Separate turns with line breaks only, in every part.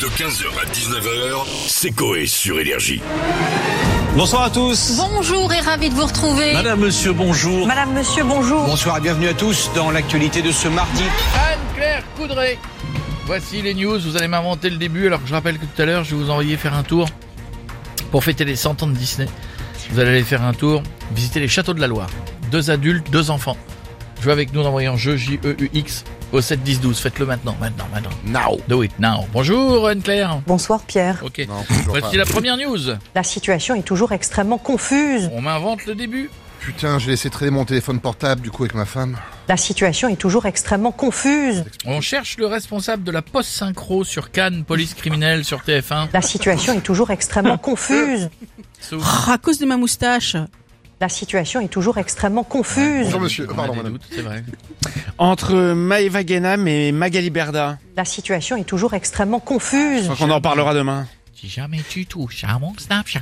De 15h à 19h, c'est Coé sur Énergie.
Bonsoir à tous.
Bonjour et ravi de vous retrouver.
Madame, monsieur, bonjour.
Madame, monsieur, bonjour.
Bonsoir et bienvenue à tous dans l'actualité de ce mardi.
Anne-Claire Coudray. Voici les news. Vous allez m'inventer le début alors que je rappelle que tout à l'heure, je vais vous envoyer faire un tour pour fêter les 100 ans de Disney. Vous allez aller faire un tour, visiter les châteaux de la Loire. Deux adultes, deux enfants. Jouez avec nous en envoyant jeu J-E-U-X au 7 10 12. Faites-le maintenant, maintenant, maintenant.
Now.
Do it now. Bonjour Anne-Claire.
Bonsoir Pierre.
Ok.
Non, toujours
Voici la première news.
La situation est toujours extrêmement confuse.
On m'invente le début.
Putain, j'ai laissé traîner mon téléphone portable du coup avec ma femme.
La situation est toujours extrêmement confuse.
On cherche le responsable de la post-synchro sur Cannes, police criminelle sur TF1.
La situation est toujours extrêmement confuse.
Sous-
Oh, à cause de ma moustache.
La situation est toujours extrêmement confuse.
Bonjour monsieur,
On
Euh,
a
pardon
des
madame.
doutes, C'est vrai.
Entre Maëva Guénam et Magali Berda.
La situation est toujours extrêmement confuse.
Je crois qu'on en parlera demain.
Si jamais tu touches à mon Snapchat.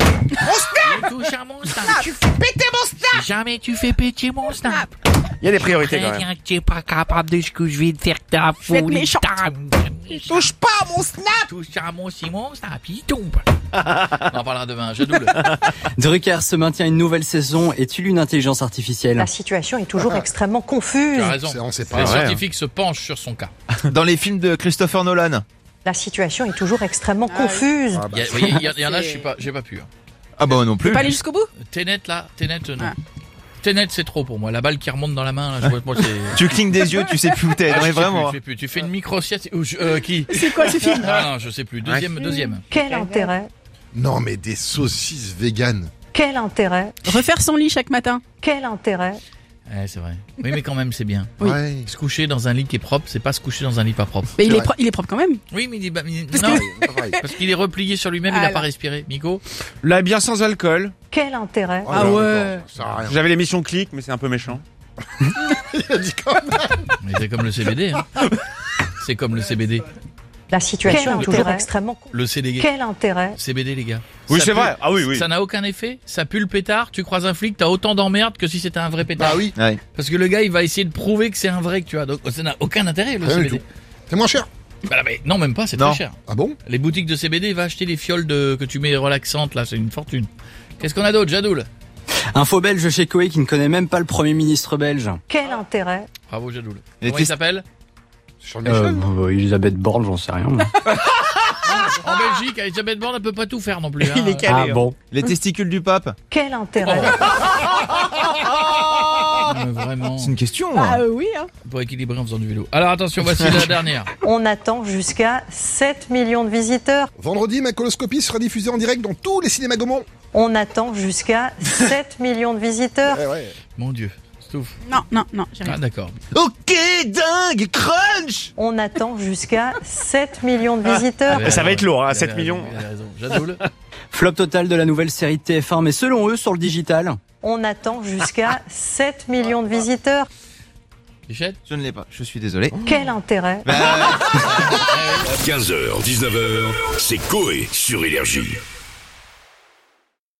Mon Snap Tu touches à mon Snap Tu fais péter mon Snap Si jamais tu fais péter mon Snap
Il y a des priorités quand même.
Très bien que tu es pas capable de ce que je vais te faire ta folie Touche pas à mon Snap Touche à mon Simon Snap, il tombe On en parlera demain, je double.
Drucker se maintient une nouvelle saison est-il une intelligence artificielle
La situation est toujours extrêmement
Tu
confuse.
as
C'est-
raison.
On sait pas.
Les
vrai,
scientifiques se penchent sur son cas.
Dans les films de Christopher Nolan.
La situation est toujours extrêmement confuse.
Il y, a- vous voyez, il y a- il y en a, je suis pas- j'ai pas pu. hein.
Ah bah non plus.
Faut pas aller jusqu'au bout
Tenet là, Tenet euh, non.
Ah.
Tenet c'est trop pour moi. La balle qui remonte dans la main, là, je vois- moi c'est.
Tu clignes des yeux, tu sais plus où t'es.
Ah,
Non
je
mais
sais
vraiment. hein.
hein.
plus, je sais plus. Tu fais une micro-sieste. ou je- euh, qui
C'est quoi ce film
Ah non, je sais plus. Deuxième, deuxième.
Quel intérêt
Non mais des saucisses véganes.
Quel intérêt
Refaire son lit chaque matin.
Quel intérêt
Ouais, c'est vrai. Oui, mais quand même, c'est bien.
Oui.
Ouais.
Se coucher dans un lit qui est propre, c'est pas se coucher dans un lit pas propre.
Mais il
C'est
est,
vrai.
pro- il est propre quand même.
Oui, mais il est, bah, mais-
Parce Ah,
non,
Pas pareil.
parce qu'il est replié sur lui-même, il a
Alors.
pas respiré. Nico
La bière sans alcool.
Quel intérêt
Oh là là,
Ah ouais.
Ça sert à rien.
J'avais l'émission Click, mais c'est un peu méchant.
Mais c'est comme le CBD. hein. C'est comme le CBD.
La situation
Quel
est toujours
intérêt
extrêmement confuse.
Le CDG.
Quel intérêt
CBD, les gars.
Oui,
Ça
c'est
pue-
vrai. Ah oui, oui.
Ça n'a aucun effet, ça pue le pétard, tu croises un flic, t'as autant d'emmerde que si c'était un vrai pétard.
Bah oui,
Ouais.
Parce que le gars, il va essayer de prouver que c'est un vrai que tu as. Donc ça n'a aucun intérêt, le
Rien du
CBD.
tout. c'est moins cher.
Bah, mais non, même pas, c'est
Non.
très cher.
Ah bon
Les boutiques de CBD, va acheter les fioles de, que tu mets relaxantes, là, c'est une fortune. Qu'est-ce qu'on a d'autre, Jadoul
Un faux belge chez Coé qui ne connaît même pas le premier ministre belge.
Quel intérêt
Bravo, Jadoul.
Les
Comment il
test-
s'appelle
Charles Michel.
Elisabeth Borne, j'en sais rien.
En Belgique, Elisabeth Borne, elle peut pas tout faire non plus. hein.
Il est
ah
calé.
bon
Les testicules du pape.
Quel intérêt
Non, mais Vraiment,
C'est une question.
Ah euh, oui, hein.
pour équilibrer en faisant du vélo. Alors attention, voici la dernière.
On attend jusqu'à 7 millions de visiteurs.
Vendredi, ma coloscopie sera diffusée en direct dans tous les cinémas Gaumont.
On attend jusqu'à 7 millions de visiteurs.
Ouais, ouais.
Mon Dieu, Stouff.
Non, non, non, j'ai
Ah
rien.
d'accord.
Ok, dingue, crunch.
On attend jusqu'à 7 millions
Ah,
de visiteurs.
Ça va être lourd, hein,
Il
7
Euh,
avait
millions.
raison, il avait raison. Jadoul.
Flop total de la nouvelle série de TF1, mais selon eux, sur le digital.
On attend jusqu'à 7 millions de visiteurs.
Bichette
Je ne l'ai pas. Je suis désolé.
Quel intérêt
15h, 19h, c'est Coé sur Énergie.